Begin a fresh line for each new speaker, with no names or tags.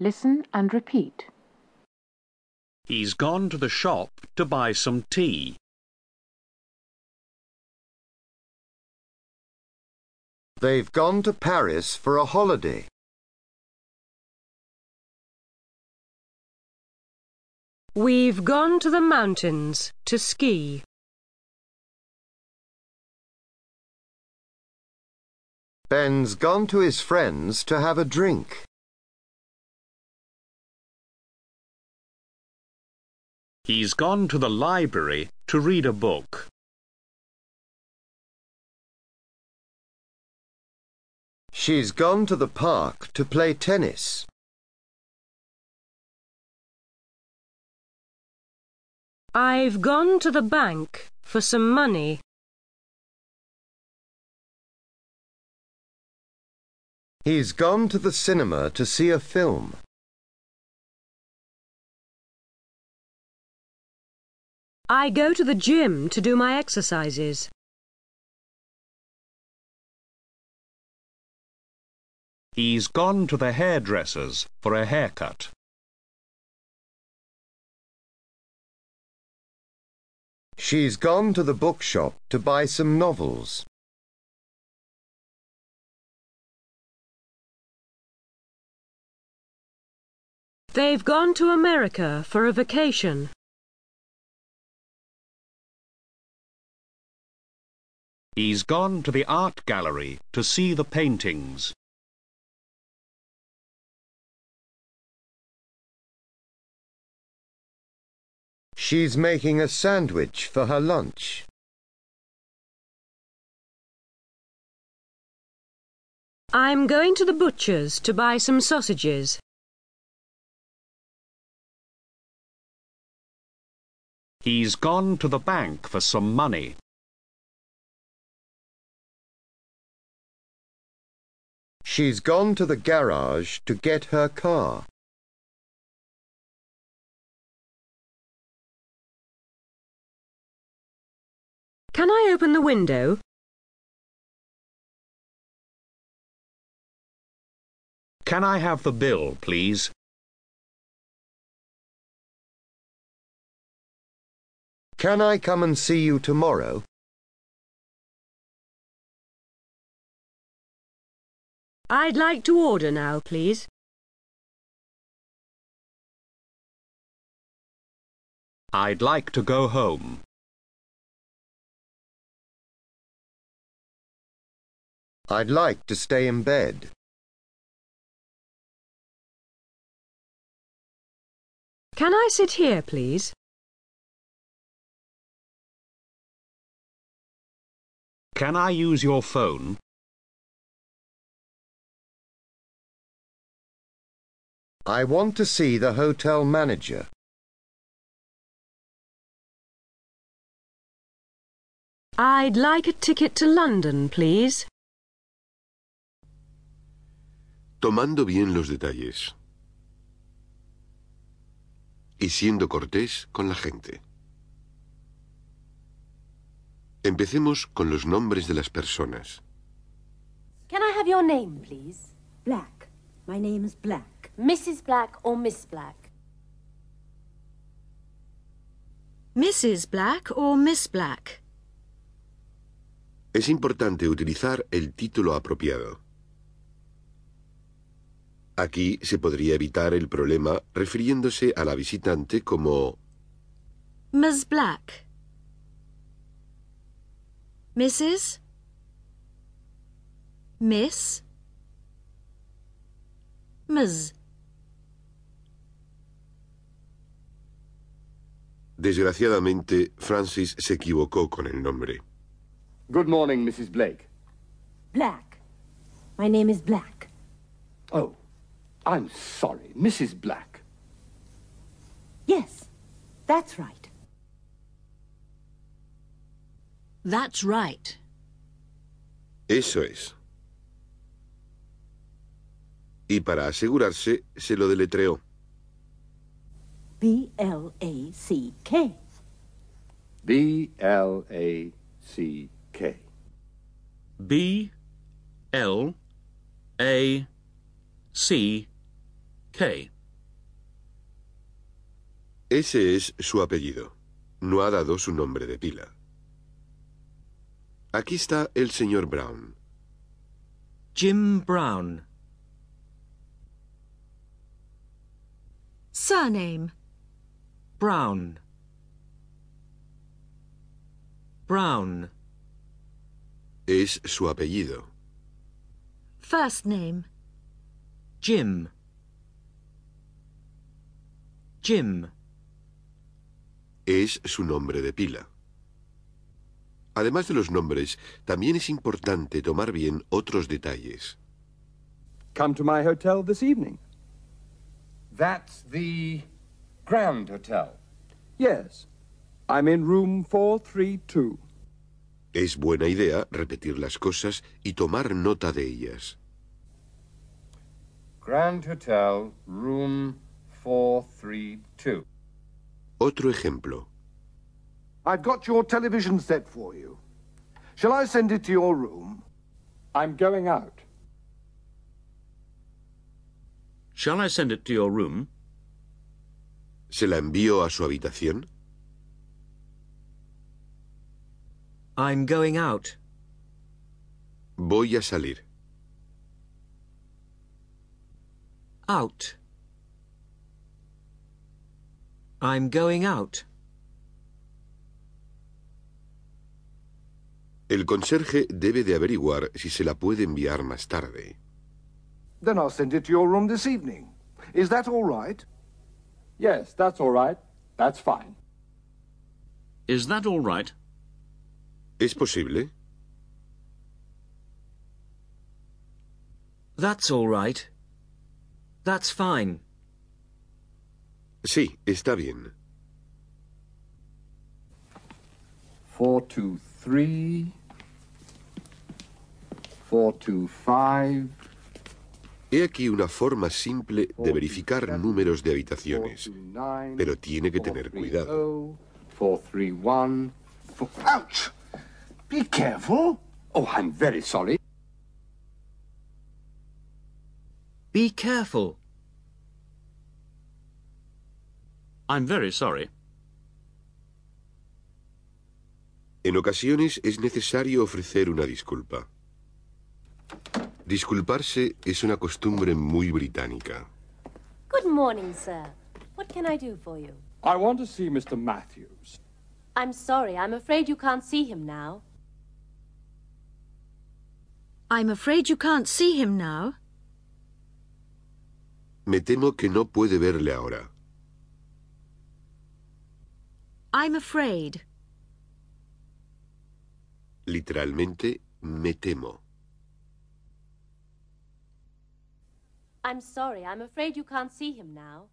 Listen and repeat.
He's gone to the shop to buy some tea.
They've gone to Paris for a holiday.
We've gone to the mountains to ski.
Ben's gone to his friends to have a drink.
He's gone to the library to read a book.
She's gone to the park to play tennis.
I've gone to the bank for some money.
He's gone to the cinema to see a film.
I go to the gym to do my exercises.
He's gone to the hairdresser's for a haircut.
She's gone to the bookshop to buy some novels.
They've gone to America for a vacation.
He's gone to the art gallery to see the paintings.
She's making a sandwich for her lunch.
I'm going to the butcher's to buy some sausages.
He's gone to the bank for some money.
She's gone to the garage to get her car.
Can I open the window?
Can I have the bill, please?
Can I come and see you tomorrow?
I'd like to order now, please.
I'd like to go home.
I'd like to stay in bed.
Can I sit here, please?
Can I use your phone?
I want to see the hotel manager.
I'd like a ticket to London, please.
tomando bien los detalles y siendo cortés con la gente. Empecemos con los nombres de las personas.
Can I have your name, please?
Black. My name's Black.
Mrs. Black or Miss Black?
Mrs. Black or Miss Black?
Es importante utilizar el título apropiado. Aquí se podría evitar el problema refiriéndose a la visitante como
Ms. Black. Mrs. Miss. Ms.
Desgraciadamente, Francis se equivocó con el nombre.
Good morning, Mrs. Blake.
Black. My name is Black.
Oh, I'm sorry, Mrs. Black.
Yes, that's right. That's right.
Eso es. Y para asegurarse, se lo deletreó.
B L A C K.
B L A C K.
B L A C
K.
Ese es su apellido. No ha dado su nombre de pila. Aquí está el señor Brown.
Jim Brown.
Surname.
Brown. Brown.
Es su apellido.
First name.
Jim. Jim.
Es su nombre de pila. Además de los nombres, también es importante tomar bien otros detalles.
Come to my hotel this evening.
That's the Grand Hotel.
Yes. I'm in room 432.
Es buena idea repetir las cosas y tomar nota de ellas.
Grand Hotel, room 432.
Otro ejemplo.
I've got your television set for you. Shall I send it to your room?
I'm going out.
Shall I send it to your room?
¿Se la envío a su habitación?
I'm going out.
Voy a salir.
Out. I'm going out.
El conserje debe de averiguar si se la puede enviar más tarde.
Then I'll send it to your room this evening. Is that all right?
Yes, that's all right. That's fine.
Is that all right?
¿Es posible?
That's all right. That's fine.
Sí, está bien.
423. 425.
He aquí una forma simple de verificar números de habitaciones. pero tiene que tener cuidado.
431.
For... Ouch! Be careful.
Oh, I'm very sorry.
Be careful. I'm very sorry.
En ocasiones es necesario ofrecer una disculpa. Disculparse es una costumbre muy británica.
Good morning, sir. What can I do for you?
I want to see Mr. Matthews.
I'm sorry, I'm afraid you can't see him now.
I'm afraid you can't see him now.
Me temo que no puede verle ahora.
I'm afraid.
Literalmente, me temo.
I'm sorry, I'm afraid you can't see him now.